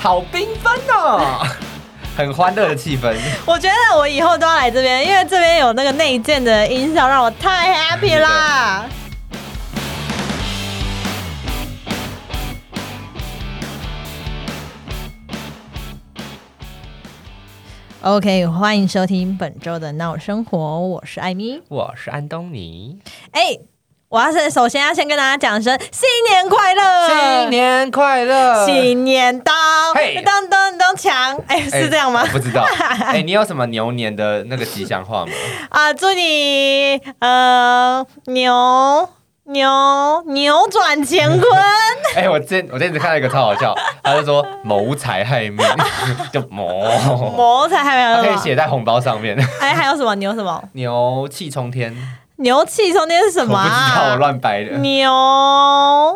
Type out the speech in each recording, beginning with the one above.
好缤纷哦， 很欢乐的气氛。我觉得我以后都要来这边，因为这边有那个内建的音效，让我太 happy 啦！OK，欢迎收听本周的闹生活，我是艾米。我是安东尼，哎、我要是首先要先跟大家讲声新年快乐，新年快乐！新年到，嘿当当当强！哎哎、是这样吗我？不知 道。哎、你有什么牛年的那个吉祥话吗？ 啊，祝你呃牛牛扭转乾 坤，哎、我之前我之前看到一个超好笑，他就说谋财害命， 就谋，谋财还他有哦啊可以什么？写在红包上面。 哎，还有什么牛什么牛气冲天，牛气冲天是什我不么知道，哦我啊？乱掰的。牛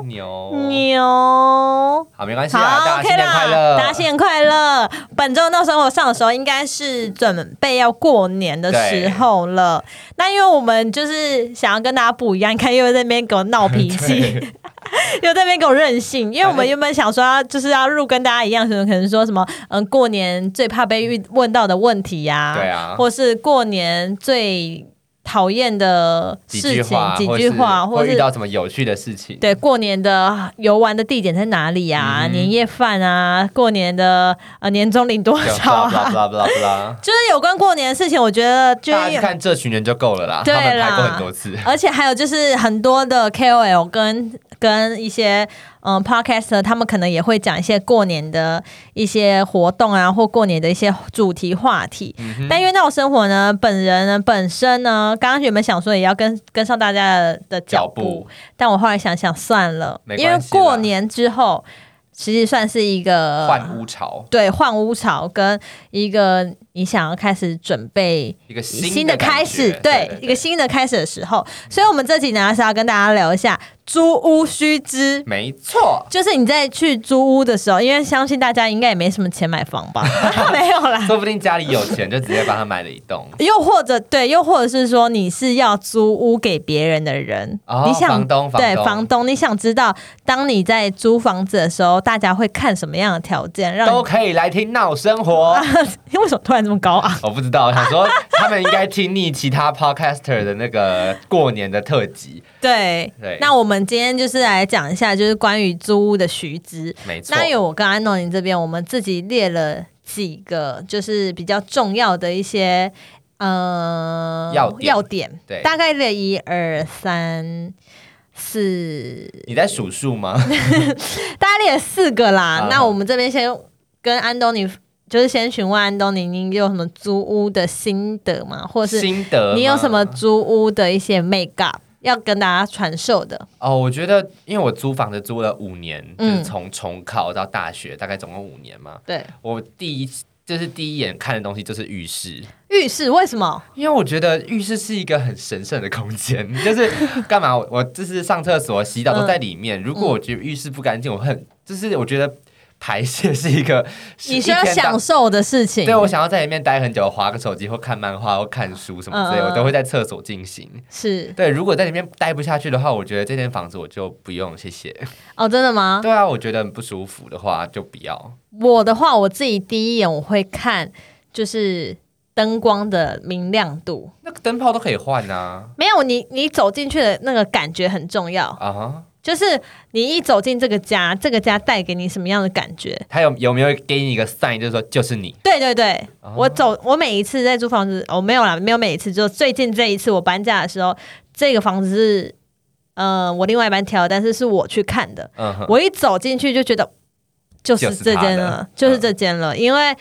牛牛。好，没关系好啦，啊大家，OK 新年快乐！啦，大家新年快乐！本周闹生活上的时候，应该是准备要过年的时候了。那因为我们就是想要跟大家不一样，你看又在那边给我闹脾 气，对 又在那边给我任性，因为我们原本想说要就是要录跟大家一样，可能可能说什么嗯，过年最怕被遇问到的问题呀、对啊或是过年最讨厌的几事句情话，几或句是话，或会遇是到什么有趣的事情？对过年的游玩的地点在哪里啊？嗯年夜饭啊，过年的呃年终领多 就少啊？ blah blah blah blah blah 就是有关过年的事情，我觉得就大家去看这群人就够了啦，对他们拍过啦很多次。而且还有就是很多的 KOL 跟跟一些嗯 podcaster，他们可能也会讲一些过年的一些活动啊，或过年的一些主题话题。嗯但因为那种生活呢，本人呢本身呢，刚刚原本想说也要跟跟上大家的的脚步，脚步但我后来想想算了没，因为关系啦过年之后其实算是一个换屋潮，对换屋潮跟一个你想要开始准备一个新新的感开始觉，对一个新的开始的时候，所以我们这集呢是要跟大家聊一下租屋须知。没错。就是你在去租屋的时候，因为相信大家应该也没什么钱买房 吧？没有啦，说不定家里有钱，就直接帮他买了一栋。又或者对，又或者是说你是要租屋给别人的人，哦你想房东房对东房东，你想知道当你在租房子的时候，大家会看什么样的条件？让 都可以来听闹生活。你为什么突然这么高啊昂？我不知道，想说他们应该听腻其他 podcaster 的那个过年的特辑，对，对那我们今天就是来讲一下，就是关于租屋的须知。没错。那有我跟安东尼这边，我们自己列了几个，就是比较重要的一些呃要点对大概列一二三四，你在数数吗？大概列了四个啦。好那我们这边先跟安东尼，就是先询问安东尼，你有什么租屋的心得吗？或者是心得吗，你有什么租屋的一些 make up 要跟大家传授的？哦，我觉得，因为我租房子租了五年，就嗯是从重考到大学，大概总共五年嘛。对，我第一就是第一眼看的东西就是浴室，浴室为什么？因为我觉得浴室是一个很神圣的空间， 就是干嘛我我就是上厕所、洗澡嗯都在里面。如果我觉得浴室不干净，我很就是我觉得排泄是一个你需要。是一天到享受的事情，对，我想要在里面待很久，划个手机或看漫画或看书什么之类，嗯嗯嗯我都会在厕所进行。是对，如果在里面待不下去的话，我觉得这间房子我就不用，谢谢。哦，真的吗？对啊，我觉得很不舒服的话就不要。我的话，我自己第一眼我会看就是灯光的明亮度，那个灯泡都可以换啊呐、没有你你走进去的那个感觉很重要啊。，啊哈，就是你一走进这个家，这个家带给你什么样的感觉？他有有没有给你一个 sign，就是说就是你？对对对，哦我走，我每一次在租房子，哦，没有啦，没有每一次，就最近这一次我搬家的时候，这个房子是，呃，我另外一班挑的，但是是我去看的，嗯哼，我一走进去就觉得就是就是嗯这它间了了，就是这间了，因为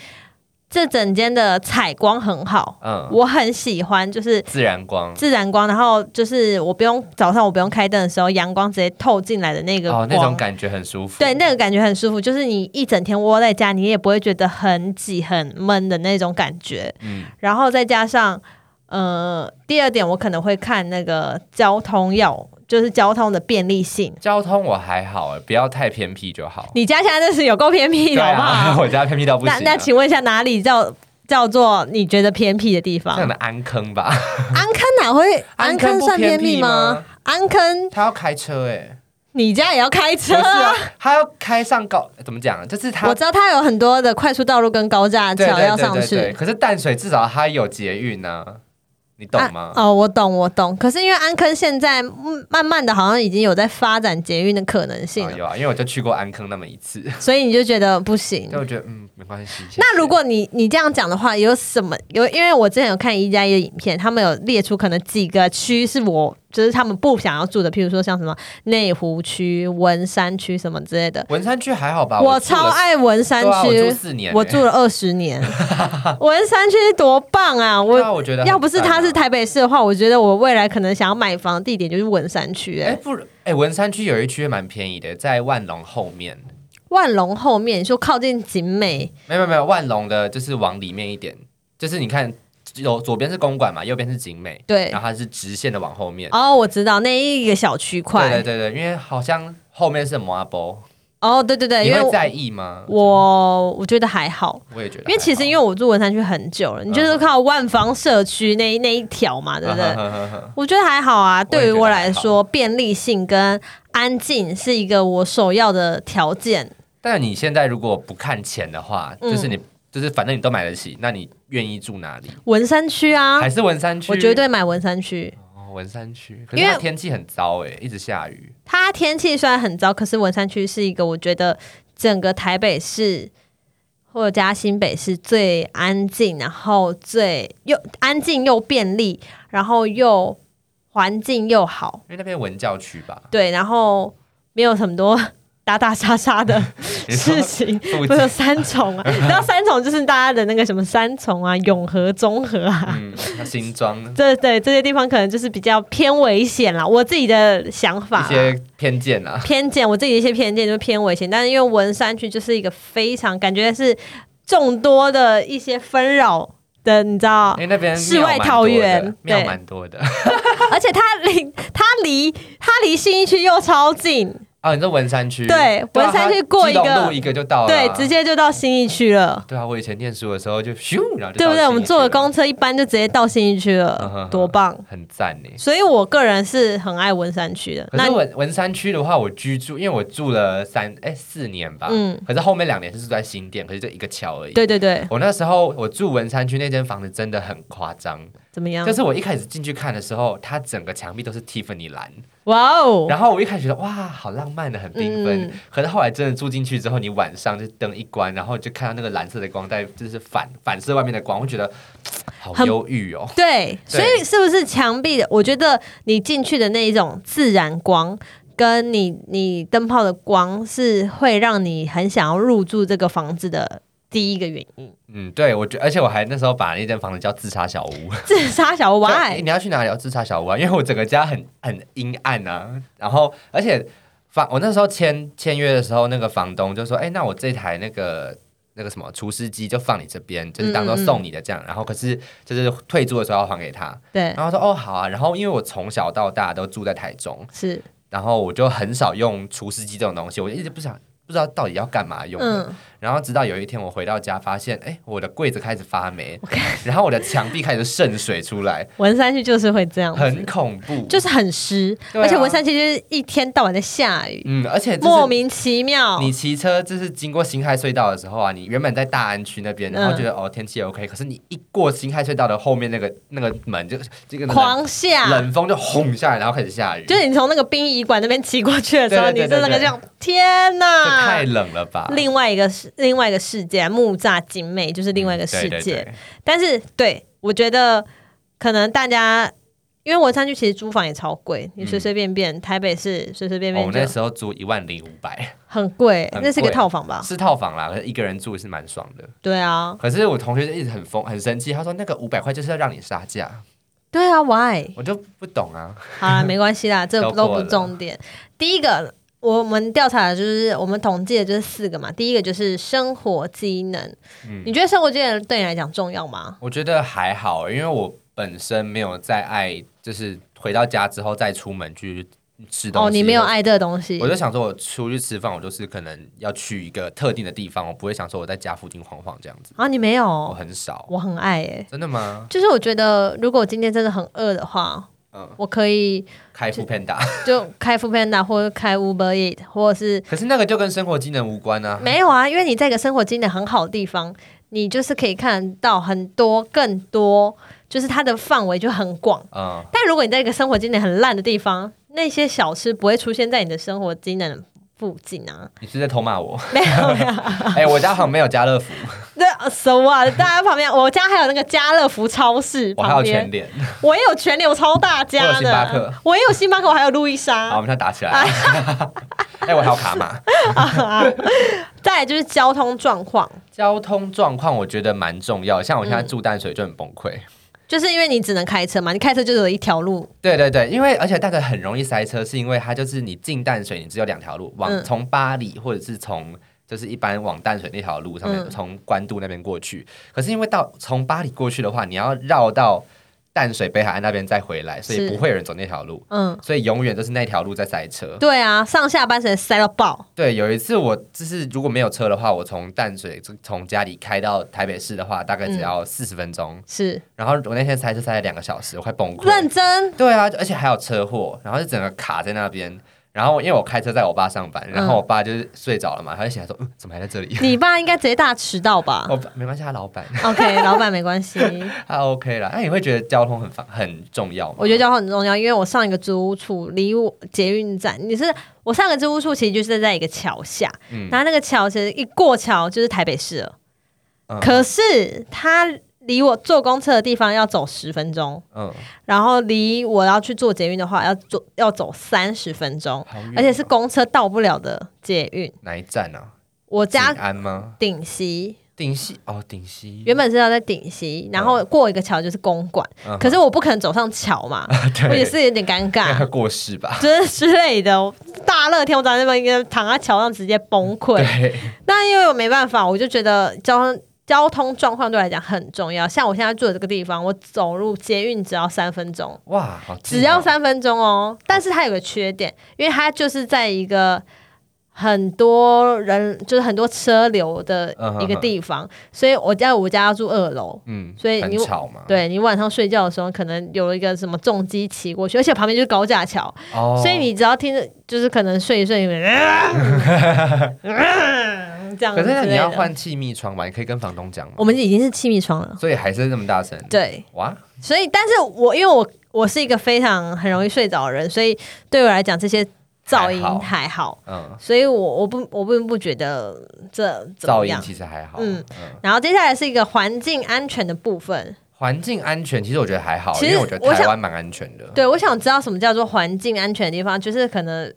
这整间的采光很好，嗯，我很喜欢，就是自然光。自然光，然后就是我不用早上我不用开灯的时候，阳光直接透进来的那个光，哦，那种感觉很舒服。对，那个感觉很舒服，就是你一整天窝在家，你也不会觉得很挤很闷的那种感觉。嗯，然后再加上呃，第二点我可能会看那个交通要，就是交通的便利性。交通我还好哎，不要太偏僻就好。你家现在真是有够偏僻对的，好不好？啊， 我家偏僻到不行、那啊。那请问一下，哪里叫叫做你觉得偏僻的地方？这样的安坑吧， 安坑哪会？安安坑坑不算偏僻僻吗吗？安坑 他要开车哎，你家也要开车不是啊啊？，他要开上高，怎么讲？啊就是他我知道它有很多的快速道路跟高架对桥对要对上对对，去。可是淡水至少它有捷运呢、你懂吗？啊哦，我懂，我懂。可是因为安坑现在嗯慢慢的，好像已经有在发展捷运的可能性哦了，有啊，因为我就去过安坑那么一次，所以你就觉得不行所以。我觉得嗯没关系。谢谢那如果你你这样讲的话，有什么有？因为我之前有看一加一的影片，他们有列出可能几个区是我就是他们不想要住的，譬如说像什么内湖区、文山区什么之类的。文山区还好吧？我啊住了超爱文山对啊我区住，四年欸、我住了二 十年，文山区多棒啊！对啊我我觉得很要不是赞啊它是台北市的话，我觉得我未来可能想要买房的地点就是文山区、哎、哎，不如哎文山区有一区蛮便宜的，在万隆后面，万隆后面就靠近景美，没有没有没有万隆的，就是往里面一点，就是你看有左边是公馆嘛，右边是景美，对然。后它是直线的往后面。哦，我知道那一个小区块。对对对对，因为好像后面是摩阿波，哦，对对对，你因为会我在意吗？我我觉得还好，我也觉得还好，嗯因为其实因为我住文山区很久了，你就是靠万方社区那一那一条嘛，对不对？ 对？我觉得还好啊，嗯我也对于觉得我还来好说，便利性跟安静是一个我首要的条件。 但你现在如果不看钱的话，嗯就是你就是反正你都买得起，那你愿意住哪里？文山区啊，还是文山区？我绝对买文山区。哦文山区，可是因为它天气很糟哎，一直下雨。它天气虽然很糟，可是文山区是一个我觉得整个台北市或者加新北市最安静，然后最又安静又便利，然后又环境又好，因为那边文教区吧，对，然后没有很多打打杀杀的 你说事情。附不是近，三重啊，然后三重就是大家的那个什么三重啊、永和、中和啊，嗯，新庄一这对这些地方可能就是比较偏危险啦，我自己的想法啊啦些偏见啊，偏见，我自己的一些偏见就是偏危险，但是因为文山区就是一个非常感觉是众多的一些纷扰的，你知道因，为那边世外桃源庙对蛮多的。而且它离它离它离信义区又超近，哦，你说文山区？对啊文山区过一个它基隆路一个就到了，对，直。接就到信义区了，对啊，我以前念书的时候就咻，然后就对不对？到我们坐信的义区了公车一般就直接到信义区嗯哼了哼，多棒！很赞呢。所以我个人是很爱文山区的。可那是文文山区的话，我居住，因为我住了三哎四年吧，嗯可是后面两年是住在新店，可是就一个桥而已。对对对， 我那时候我住文山区那间房子真的很夸张，怎么样就？是我一开始进去看的时候，它整个墙壁都是 Tiffany 蓝，哇哦！然后我一开始觉得哇，好浪漫的，很缤纷。嗯可是后来真的住进去之后，你晚上就灯一关，然后就看到那个蓝色的光带，就是反反射外面的光，我觉得好很忧郁哦。对，所以是不是墙壁的？我觉得你进去的那一种自然光，跟你你灯泡的光，是会让你很想要入住这个房子的第一个原因。嗯，对，我觉而且我还那时候把那间房子叫自杀小屋。自杀小对 Y，你要去哪里？要自杀小屋啊？因为我整个家很很阴暗啊。然后，而且房我那时候签签约的时候，那个房东就说：“哎、那我这台那个那个什么厨师机就放你这边，就是当做嗯嗯嗯送你的这样。然后可是就是退租的时候要还给他。对，然后说：“哦，好啊。”然后因为我从小到大都住在台中，是，然后我就很少用厨师机这种东西，我一直不想。不知道到底要干嘛用的，嗯，然后直到有一天我回到家，发现哎、我的柜子开始发霉然后我的墙壁开始渗水出来，文山区就是会这样很子，恐怖，就是很湿，对啊而且文山区就是一天到晚在下雨，嗯，而且就莫是名其妙。你骑车就是经过新海隧道的时候啊，你原本在大安区那边，嗯然后觉得、哦天气也 OK，可是你一过新海隧道的后面那个那个门就这个冷狂下，冷风就轰下来，然后开始下雨，就是你从那个殡仪馆那边骑过去的时对候，对对你真的对对这样，天这哪！太冷了吧？啊另外一个世，另外一个世界，木栅景美就是另外一个世界。嗯对对对但是，对我觉得可能大家，因为文山区其实租房也超贵，你随随便便、台北市随随便嗯哦我便那就时候租一万零五百，很贵，很贵那是个套房吧？是套房啦，可是一个人住是蛮爽的。对啊，可是我同学就一直很疯，很生气，他说那个五百块就是要让你杀价，对啊，Why？我就不懂啊。好啦，没关系啦， 这都都过不了重点。第一个，我们调查的就是我们统计的就是四个嘛。第一个就是生活机能，嗯你觉得生活机能对你来讲重要吗？我觉得还好，因为我本身没有再爱，就是回到家之后再出门去吃东西。哦，你没有。爱这个东西我，就想说，我出去吃饭，我就是可能要去一个特定的地方，我不会想说我在家附近晃晃这样子，啊，你没有，我很少。我很爱哎、真的吗？就是我觉得，如果我今天真的很饿的话，嗯，我可以开副片打，就开 f o o Panda 或者开 Uber Eat，或者是 可是那个就跟生活技能无关啊。没有啊，因为你在一个生活经验很好的地方，你就是可以看到很多更多，就是它的范围就很广。嗯，但如果你在一个生活经验很烂的地方，那些小吃不会出现在你的生活机能附近啊。你是在偷骂我？ 没有没有，哎、我家旁边有家乐 福，那呃 so what？大家啊旁边，我家还有那个家乐福超市我还有旁全边，脸。我也有全流超大我有家星巴克的，我也有星巴克，我还有路易好，我莎。们现在打起来。 哎、我还有卡 玛。再来就是交通状况，交通状况我觉得蛮重要，像我现在嗯住淡水就很崩溃。就是因为你只能开车嘛，你开车就只有一条路，对对对，因为而且淡水很容易塞车，是因为它就是你进淡水，你只有两条路，往嗯从巴黎或者是从就是一般往淡水那条路上面，嗯从关渡那边过去。可是因为到从巴黎过去的话，你要绕到淡水北海岸那边再回来，所以是不会有人走那条路，嗯。所以永远都是那条路在塞车。对啊，上下班时间塞到爆，对，有一次我就是如果没有车的话，我从淡水从家里开到台北市的话，大概只嗯要四十分钟。是然后我那天塞车塞了两个小时，我快崩溃。认真，对啊，而且还有车祸，然后就整个卡在那边。然后因为我开车载我爸上班，然后我爸就是睡着了嘛，他就醒来说：“嗯，怎么还在这 里你爸应该直接大迟到？”吧我爸没关系，他啊老板 ？OK，老板没关系， 他 OK 啦。那你会觉得交通很烦很重要吗？我觉得交通很重要，因为我上一个租屋处离我捷运站，你是我上个租屋处其实就是在一个桥下，嗯然后那个桥其实一过桥就是台北市了，嗯可是它离我坐公车的地方要走十分钟，嗯，然后离我要去坐捷运的话要坐要走三十分钟，好远哦而且是公车到不了的捷运。哪一站啊？我静家安吗？顶溪顶溪哦，顶溪原本是要在顶溪，然后过一个桥就是公馆，嗯可是我不可能走上桥嘛， 对我也是有啊点尴应该尬会，过世吧？就是之类的。我大热天我在那边应该躺在桥上直接崩溃，对，但因为我没办法，我就觉得交通交通状况对我来讲很重要。像我现在住的这个地方，我走路捷运只要三分钟，哇，好近哦只要三分钟嗯哦。但是它有个缺点，因为它就是在一个很多人，就是很多车流的一个地方，所以我在我家要住二楼。嗯，所以很你吵嘛，对你晚上睡觉的时候，可能有一个什么重机骑过去，而且旁边就是高架桥，哦，所以你只要听着，就是可能睡一 睡， 这样。可是那你要，换气密窗吧？你可以跟房东讲嘛我，们已经是气密窗了。所以还是那么大声，哦对，哇，所以，但是我因为我我是一个非常很容易睡着的人，所以对我来讲这些噪音还好还好，嗯，所以我我不我并不觉得这怎噪么音样。其实还好，嗯嗯然后接下来是一个环境安全的部分。环境安全，其实我觉得还好，其因实为我觉得我台想湾蛮安全的。对，我想知道什么叫做环境安全的地方，就是可能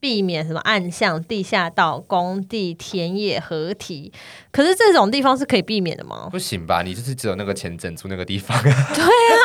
避免什么暗巷、地下道、工地、田野、河堤。可是这种地方是可以避免的吗？不行吧？你就是只有那个前整住那个地方，啊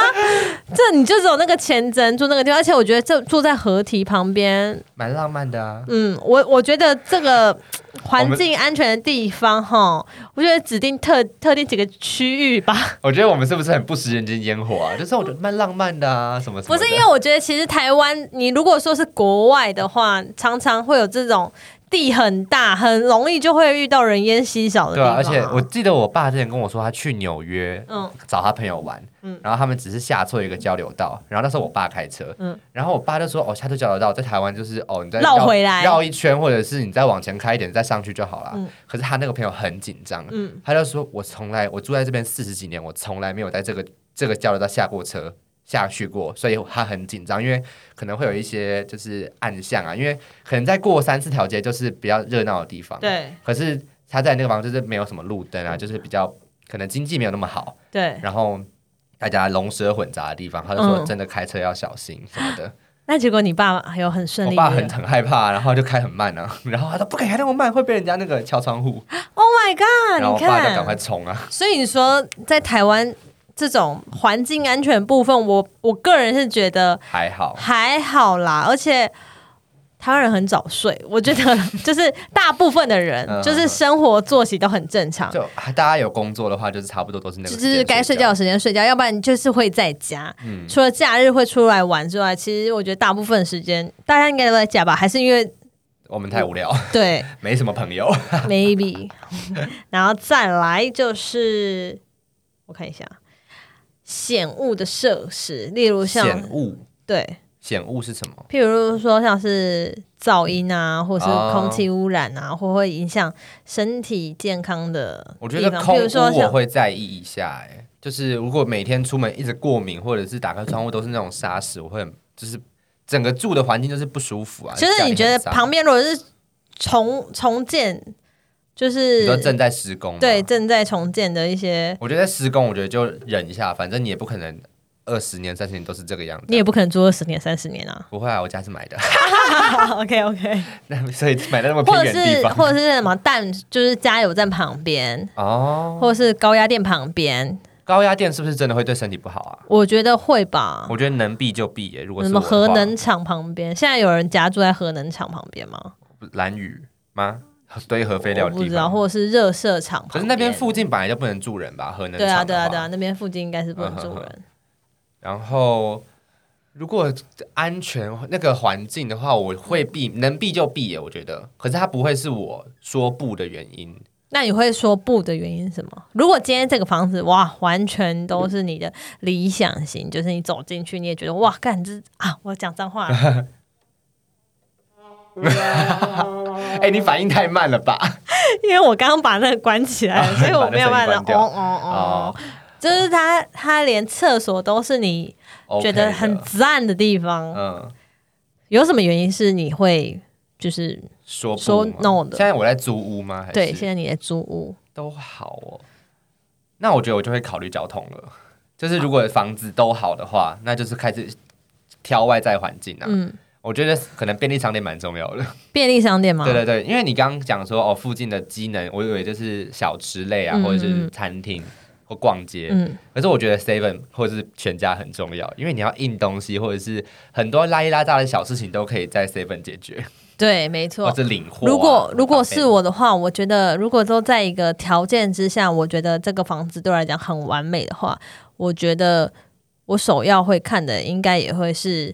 这你就只有那个前针住那个地方，而且我觉得这住在河堤旁边，蛮浪漫的啊。嗯，我我觉得这个环境安全的地方哈，我觉得指定特特定几个区域吧， 我觉得我们是不是很不食人间烟火啊？就是我觉得蛮浪漫的啊，什么什不么的是因为我觉得其实台湾，你如果说是国外的话，常常会有这种地很大，很容易就会遇到人烟稀少的地对啊，而方。且我记得我爸之前跟我说，他去纽约，嗯找他朋友玩，嗯然后他们只是下错一个交流道，然后那时候我爸开车，嗯然后我爸就说，哦，下错交流道在台湾就是哦，你再绕回来绕一圈，或者是你再往前开一点再上去就好了。嗯可是他那个朋友很紧张，嗯他就说，我从来我住在这边四十几年，我从来没有在这个这个交流道下过车。下去过，所以他很紧张，因为可能会有一些就是暗巷啊，因为可能再过三四条街就是比较热闹的地方，对可是他在那个房就是没有什么路灯啊，就是比较可能经济没有那么好，对，然后大家龙蛇混杂的地方，他就说嗯真的开车要小心什 么的。那结果你爸还有很顺我利爸的很很害怕，然后就开很慢啊， 然后他说不可以开那么慢，会被人家那个敲窗户， ，Oh my 然 God！后你我爸就赶快看，冲啊。所以你说在台湾这种环境安全部分，我我个人是觉得。还好，还好啦，而且台湾人很早睡，我觉 得就是大部分的人嗯就是生活作息都很正常，就啊大家有工作的话，就是差不多都是那个嗯就时是间该睡觉的时间睡觉，要不然就是会在家。嗯除了假日会出来玩之外，其实我觉得大部分时间大家应该都在家吧，还是因为我们太无聊， 对 没什么朋友。 maybe，然后再来就是我看一下。险恶的设施，例如像险物对，显物是什么？譬如说像是噪音啊，或是哦空气污染啊，或会影响身体健康的我觉地得方。空譬如说污我像会在意一下、欸，哎，就是如果每天出门一直过敏，或者是打开窗户都是那种沙石，我会很就是整个住的环境就是不舒服啊。就是你觉得旁边边如果是重重建，就你说是正在施工，对，正在重建的一些，我觉得在施工，我觉得就忍一下，反正你也不可能二十年、三十年都是这个样子。你也不可能住二十年、三十 年啊。不会啊，我家是买的， OK OK，那所以买在那么或偏者远的地是方。或者是什么蛋，就是加油站旁边，哦，或者是高压电旁边，高压电是不是真的会对身体不好啊？我觉得会吧。我觉得能避就避耶、如果什是么我的核话能厂旁边，现在有人家住在核能厂旁边吗？蓝雨吗？ 堆核废料我的不地知道，方。或者是热射厂旁可边。是那边附近本来就不能住人吧？核能对啊厂对的啊话对啊，那边附近应该是不能嗯住哼人。然后，如果安全那个环境的话，我会避，能避就避耶。我觉得，可是它不会是我说不的原因。那你会说不的原因是什么？如果今天这个房子哇，完全都是你的理想型，就是你走进去你也觉得哇，干这啊，我讲 脏话了，哎、你反应太慢了吧？因为我刚刚把那个关起来 了，所以我没有办把那法声音关哦掉哦哦，就是他他连厕所都是你哦觉得很 OK 的赞的地方，嗯，有什么原因是你会就是说不说吗 no 的现在我在租屋吗？还是对？现在你在租屋，都好哦。那我觉得我就会考虑交通了，就是如果房子都好的话，那就是开始挑外在环境啊。嗯，我觉得可能便利商店蛮重要的。便利商店嘛，对对对，因为你刚刚讲说哦，附近的机能，我以为就是小吃类啊，嗯或者是餐厅或逛街。嗯，可是我觉得 Seven 或者是全家很重要，因为你要印东西，或者是很多拉一拉杂的小事情都可以在 Seven 解决，对，没或错。者领货啊、如果如果咖是啡我的话，我觉得如果都在一个条件之下，我觉得这个房子对我来讲很完美的话，我觉得我首要会看的应该也会是，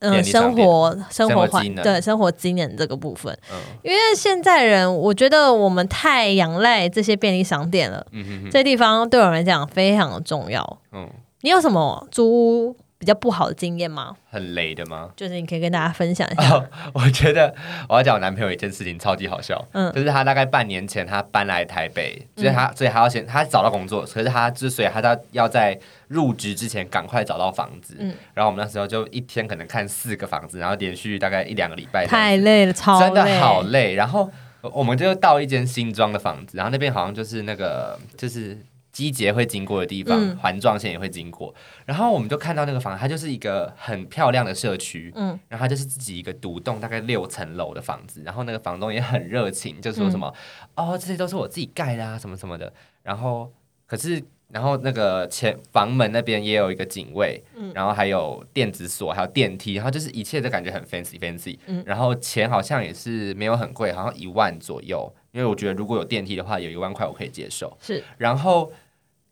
嗯、便利商生店活生活活环机能对生活机能这个部分，嗯因为现在人我觉得我们太仰赖这些便利商店了，嗯哼哼这地方对我来讲非常重要。嗯，你有什么租屋比较不好的经验吗？很雷的吗？就是你可以跟大家分享一 下。哦，我觉得我要讲我男朋友一件事情超级好笑，嗯就是他大概半年前他搬来台北，就是他、所以他要先他找到工作，可是他之所以他要要在入职之前赶快找到房子，嗯然后我们那时候就一天可能看四个房子，然后连续大概一两个礼拜这样太子，累了，超累，真的好累，然后我我们就到一间新装的房子，然后那边好像就是那个就是。机捷会经过的地方嗯，环状线也会经过。然后我们就看到那个房子，它就是一个很漂亮的社区，嗯然后他就是自己一个独栋，大概六层楼的房子，然后那个房东也很热情，就说什么、哦，这些都是我自己盖的啊，什么什么的。然后可是，然后那个前房门那边也有一个警卫，嗯然后还有电子锁，还有电梯，然后就是一切都感觉很 fancy fancy、嗯然后钱好像也是没有很贵，好像一万左右，因为我觉得如果有电梯的话，有一万块我可以接受。是然后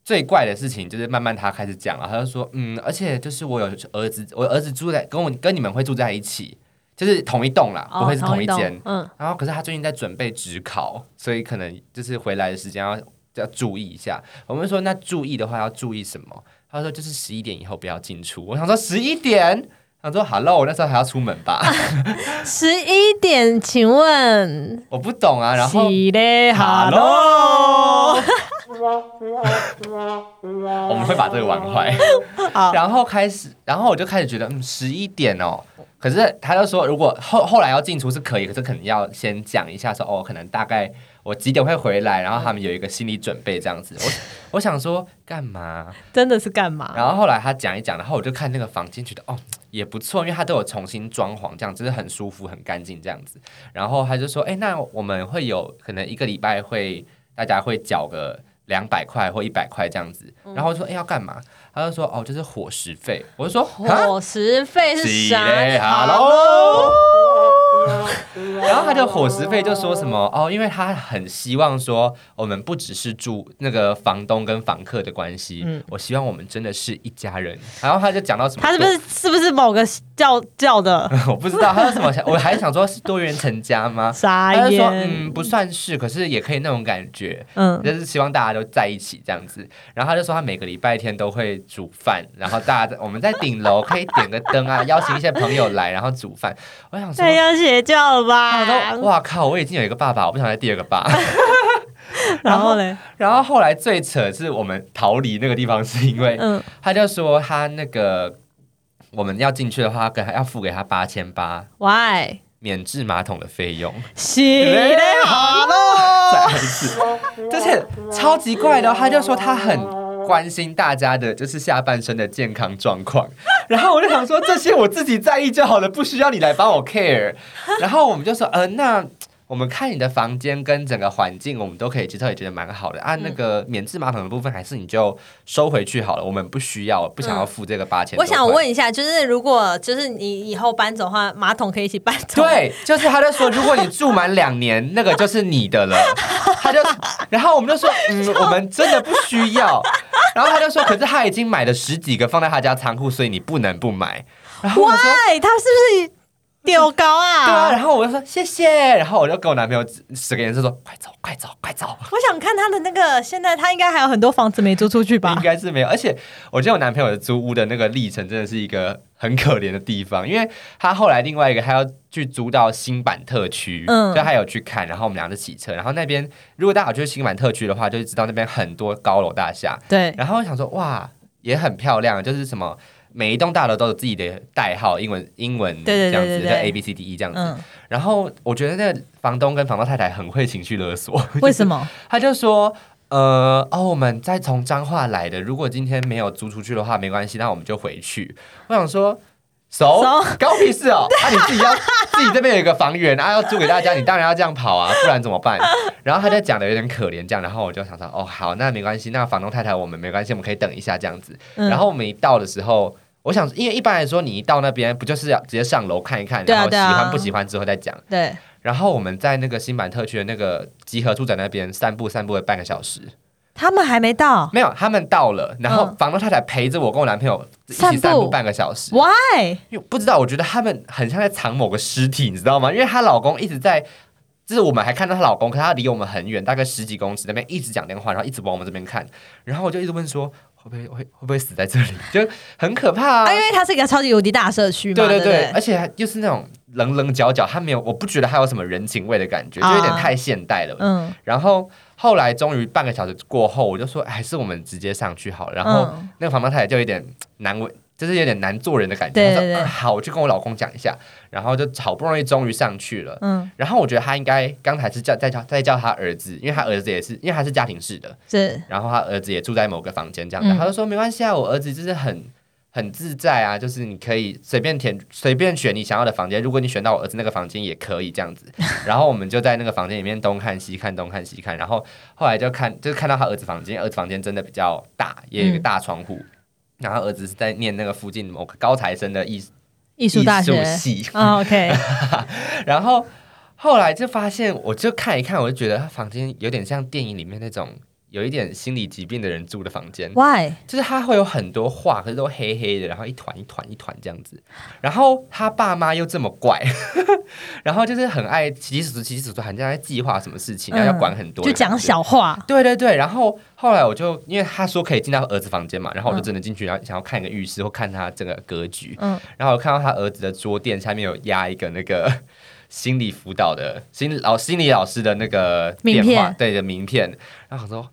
最怪的事情就是，慢慢他开始讲了，他就说，嗯，而且就是我有儿子，我儿子住在跟我跟你们会住在一起，就是同一栋啦，哦不会是同同一栋间。嗯，然后可是他最近在准备职考，所以可能就是回来的时间要要注意一下。我们说那注意的话要注意什么？他说就是十一点以后不要进出。我想说十一点。他说：“Hello，我那时候还要出门吧，十一点，请问，我不懂啊。”然后起嘞哈喽， Hello，我们会把这个玩坏。 好然后开始，然后我就开始觉得，嗯，十一点哦。可是他就说，如果后后来要进厨是可以，可是可能要先讲一下说，哦，可能大概我几点会回来，然后他们有一个心理准备这样子。我我想说干嘛？真的是干嘛？然后后来他讲一讲，然后我就看那个房间，觉得哦也不错，因为他都有重新装潢，这样就是很舒服、很干净这样子。然后他就说，哎，那我们会有可能一个礼拜会大家会缴个两百块或一百块这样子。然后我说，哎，要干嘛？他就说，哦，就是伙哦食费。我就说，哈伙食费是啥嘞哈，Hello。 然后他的伙食费就说什 么哦，因为他很希望说我们不只是住那个房东跟房客的关系，我希望我们真的是一家人。然后他就讲到什么，嗯他是不是是不是某个叫叫的 我不知道他说什么，我还想说是多元成家吗？ 傻啊他就说眼？嗯不算是，可是也可以那种感觉，嗯，就是希望大家都在一起这样子。然后他就说他每个礼拜天都会煮饭，然后大家在我们在顶楼可以点个灯啊，邀请一些朋友来，然后煮饭。我想说太。像邪教了我吧都？哇靠！我已经有一个爸爸，我不想再第二个爸。 然后嘞， 然后后来最扯是我们逃离那个地方，是因为嗯，他就说他那个我们要进去的话，跟他要付给他八千八喂，免治马桶的费用。洗的好喽，再按一次，就是超级怪的哦、他就说他很关心大家的，就是下半身的健康状况。然后我就想说，这些我自己在意就好了，不需要你来帮我 care。然后我们就说，呃，那。我们看你的房间跟整个环境，我们都可以接受，也觉得蛮好的。按、啊那个免治马桶的部分，还是你就收回去好了，我们不需要，不想要付这个八千、我想问一下，就是如果就是你以后搬走的话，马桶可以一起搬走？，对，就是他就说，如果你住满两年，那个就是你的了。 他就，然后我们就说，嗯，我们真的不需要。然后他就说，可是他已经买了十几个放在他家仓库，所以你不能不买。然后我说，喂，他是不是丢高啊？对啊，然后我就说谢谢，然后我就跟我男朋友指指个颜色说，快走，快走，快走。我想看他的那个，现在他应该还有很多房子没租出去吧 应？该是没有。而且我觉得我男朋友的租屋的那个历程真的是一个很可怜的地方，因为他后来另外一个他要去租到新版特区，嗯嗯，所以他有去看，然后我们俩就骑车，然后那边如果大家有去新版特区的话，就会知道那边很多高楼大厦，对，然后我想说哇，也很漂亮，就是什么。每一栋大楼都有自己的代号，英文英文对这对样对子，对就对 A B C D E 这样子。嗯，然后我觉得那个房东跟房东太太很会情绪勒索，为什么？他就说。呃，哦，我们再从彰化来的，如果今天没有租出去的话，没关系，那我们就回去。我想说，熟熟高屁事 哦，那、啊、你自己要自己这边有一个房源，啊，要租给大家，你当然要这样跑啊，不然怎么 办？然后他就讲的有点可怜这样，然后我就想说，哦，好，那没关系，那房东太太我们没关系，我们可以等一下这样子。嗯然后我们一到的时候，我想，因为一般来说，你一到那边不就是要直接上楼看一看，对啊然后喜对啊欢不喜欢之后再讲。对，然后我们在那个新版特区的那个集合住宅那边散步，散步了半个小时。他们还没到没有，他们到了，然后嗯房东太太陪着我跟我男朋友一散起步散步半个小时。 ，Why？因为不知道，我觉得他们很像在藏某个尸体，你知道吗？因为她老公一直在，就是我们还看到她老公，可她离我们很远，大概十几公尺那边一直讲电话，然后一直往我们这边看，然后我就一直问说会不会会会不会死在这里，就很可怕、啊。啊，因为它是一个超级无敌大社区嘛，对对对哎对，不而且还就是那种棱棱角角，他没有，我不觉得他有什么人情味的感觉，就有点啊太现代了。嗯，然后后来终于半个小时过后，我就说哎还是我们直接上去好了。然后嗯那个房东太太就有点嘖难为，就是有点难做人的感觉。对她对说、对啊好，我去跟我老公讲一下。然后就好不容易终于上去了。嗯，然后我觉得他应该刚才是叫在叫在叫他儿子，因为他儿子也是因为他是家庭式的，是，然后他儿子也住在某个房间这样子，嗯他就说没关系啊，我儿子就是很很自在啊，就是你可以随便填随便选你想要的房间，如果你选到我儿子那个房间也可以这样子。 然后我们就在那个房间里面东看西看东看西看，然后后来就看就是看到他儿子房间，儿子房间真的比较大，也有一个嗯大窗户。然后儿子是在念那个附近某个高材生的艺艺术大学艺术系，啊，OK， 然后后来就发现，我就看一看，我就觉得他房间有点像电影里面那种有一点心理疾病的人住的房间， Why？就是他会有很多画，可是都黑黑的，然后一团一团一团这样子。然后他爸妈又这么怪， 然后就是很爱起起诉起起诉，很像在计划什么事情，然后要管很多、嗯就讲。小话，对对对，然后后来我就因为他说可以进到儿子房间嘛，然后我就真的进去，然后想要看一个浴室或看他整个格局，嗯，然后我看到他儿子的桌垫下面有压一个那个 心理辅导的心理老心理老师的那个名电话，片对的名片。然后我说：“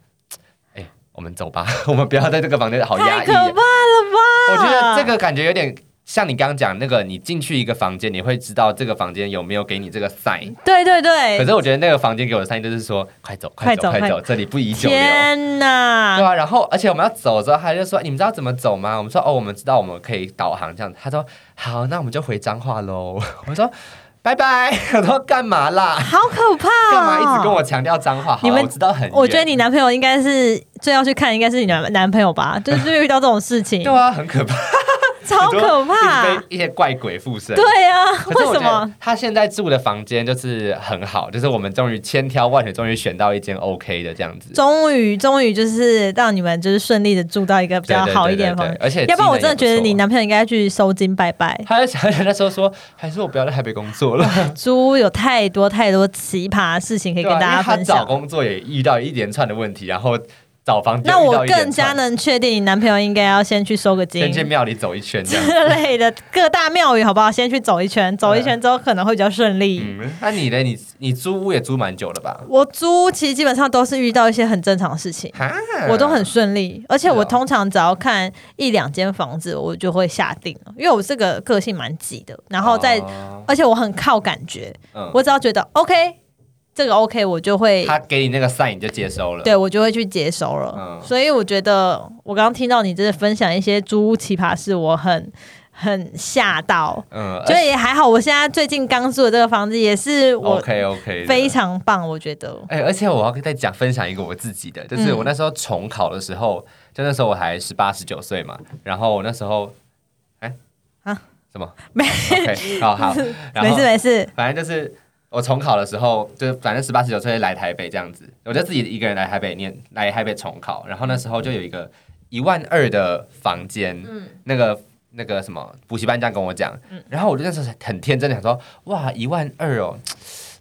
哎、我们走吧， 我们不要在这个房间好压太抑啊可。怕了”吧？我觉得这个感觉有点像你刚刚讲那个，你进去一个房间，你会知道这个房间有没有给你这个 sign。对可对对，是我觉得那个房间给我的 sign 就是说：“快走，快快走走，快哎快走，这里不宜久留。”天对哪！啊，然后而且我们要走的时候，他就说：“你们知道怎么走吗？”我们说：“哦，我们知道，我们可以导航这样子。”他说：“好，那我们就回彰化喽。” 我说：“拜拜。”我说：“干嘛啦？好可怕！干嘛一直跟？我强调彰化？好你们我知道很远。”我觉得你男朋友 应该是最要去看，应该是你男男朋友吧？就是遇到这种事情，啊对啊，很可怕。超可怕一直被一些怪鬼附身。对呀、啊，可是为我什觉得么？他现在住的房间就是很好，就是我们终于千挑万选，终于选到一间 OK 的这样子，终于，终于就是让你们就是顺利的住到一个比较对对好对一点的对房对间。而且要不然我技真能也的觉得错啊你男朋友应该去收金拜拜。他就想 那时候说，还是我不要在台北工作了。猪有太多太多奇葩的事情可以对跟啊大家因为他分找享。工作也遇到一连串的问题，然后找房间那遇我到一连更加串能确定，你男朋友应该要先去收个金先去庙里走一圈这样。之 类的各大庙宇，好不好？先去走一圈，走一圈之后可能会比较顺利。嗯，那你呢？你你租屋也租蛮久了吧？我租其实基本上都是遇到一些很正常的事情，哈，我都很顺利，而且是哦我通常只要看一两间房子，我就会下定了，因为我这个个性蛮急的，然后再、哦而且我很靠感觉，嗯我只要觉得 OK，这个 OK，我就会他给你那个 sign 你就接收了。对我就会去接收了。嗯所以我觉得我刚刚听到你真的分享一些租屋奇葩事，我很很吓到。嗯，所以也还好，我现在最近刚住的这个房子也是我 OK OK，非。常棒，我觉得。哎、而且我要再讲分享一个我自己的，就是嗯我那时候重考的时候，就那时候我还十八十九岁嘛，然后我那时候，哎、啊什 么？没 OK，好 好，然没后事没事，反正就是我重考的时候，就是反正十八十九岁来台北这样子，我就自己一个人来台北念，来台北重考。然后那时候就有一个一万二的房间，嗯那个那个什么补习班这样跟我讲，然后我就那时候很天真的想说，哇，一万二哦。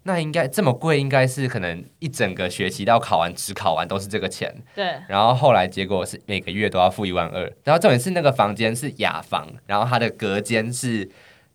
那应该这么贵，应该是可能一整个学期到考完、只考完都是这个钱。对，然后后来结果是每个月都要付一万二，然后重点是那个房间是雅房，然后它的隔间是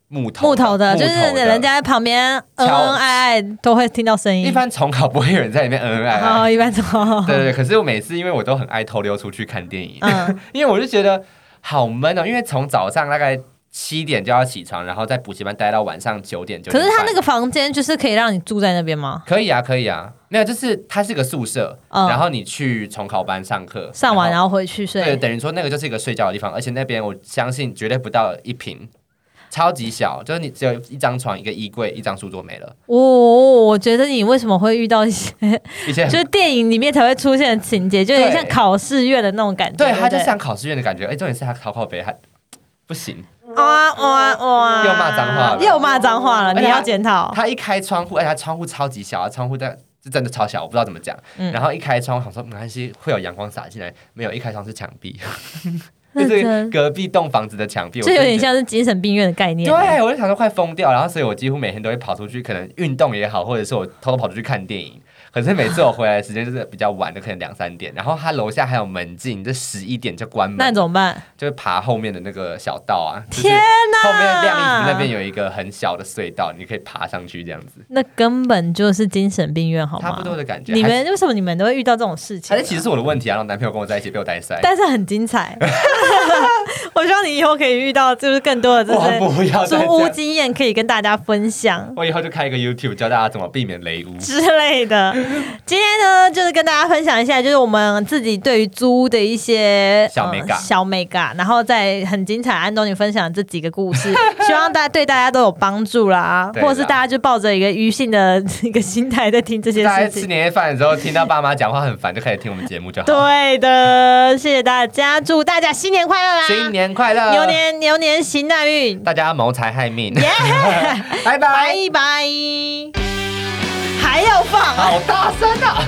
木头木头的，就是木头人家在旁边敲恩恩爱爱都会听到声音，一般重考不会有人在里面嗯恩 恩爱然后爱。一般怎哎对对对，可是我每次因为我都很爱偷溜出去看电影，嗯， 因为我就觉得好闷哦，因为从早上大概七点就要起床，然后在补习班待到晚上九点九可点是半。他那个房间就是可以让你住在那边吗？可以啊，可以啊，没有，就是它是个宿舍，嗯然后你去重考班上课，上完然然后回去对，睡，等于说那个就是一个睡觉的地方，而且那边我相信绝对不到一平。超级小，就是你只有一张床、一个衣柜、一张书桌没了，哦，我觉得你为什么会遇到 一些，一些就是电影里面才会出现的情节，就有点像考试院的那种感觉。对，不它就像考试院的感觉。哎，重点是它考考北还不行，哇哇哇，又骂脏话了又骂脏话了，而且你他要检讨。他一开窗户，哎，他窗户超级小啊，窗户在是真的超小，我不知道怎么讲。嗯然后一开窗，想说没关系，会有阳光洒进来，没有，一开窗是墙壁， 就认真是隔壁栋房子的墙壁，我就有真的点觉得。像是精神病院的概念，对，我就想说快疯掉，然后所以我几乎每天都会跑出去，可能运动也好，或者是我偷偷跑出去看电影。可是每次我回来的时间就是比较晚的，可能两三点。然后他楼下还有门禁，就十一点就关那门你，怎么办？就是爬后面的那个小道啊。就是天哪！后面晾衣服那边有一个很小的隧道，你可以爬上去这样子，那根本就是精神病院，好吗？差不多的感觉。你还是们为什么你们都会遇到这种事情还啊、是其实是我的问题啊，让男朋友跟我在一起被我带塞。但是很 精彩。我希望你以后可以遇到，就是更多的就我是不要再租这屋样，经验，可以跟大家分享。我以后就开一个 YouTube 教大家怎么避免雷屋。之类的，今天呢，就是跟大家分享一下，就是我们自己对于租屋的一些呃小美感小美感，然后再很精彩，安东尼分享这几个 故事，希望大家对大家都有帮助啦，对啦或者是大家就抱着一个愚性的一个心态在听这些大家事吃情。年夜饭的时候听到爸妈讲话很烦，就开始听我们节目 就好。对的，谢谢大家，祝大家新年快乐啦！新年快乐，牛年牛年行大运，大家谋财害命， 耶！拜拜拜。拜，还要放。好大声啊！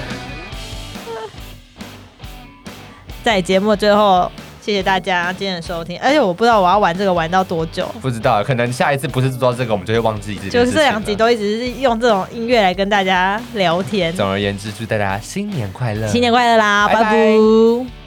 在节目最后，谢谢大家今天的收听，而且我不知道我要玩这个玩到多久，不知道，可能下一次不是做到这个，我们就会忘记这件就是事这情两集了都一直是用这种音乐来跟大家聊天。总而言之，祝大家新年快乐，新年快乐啦，拜拜拜拜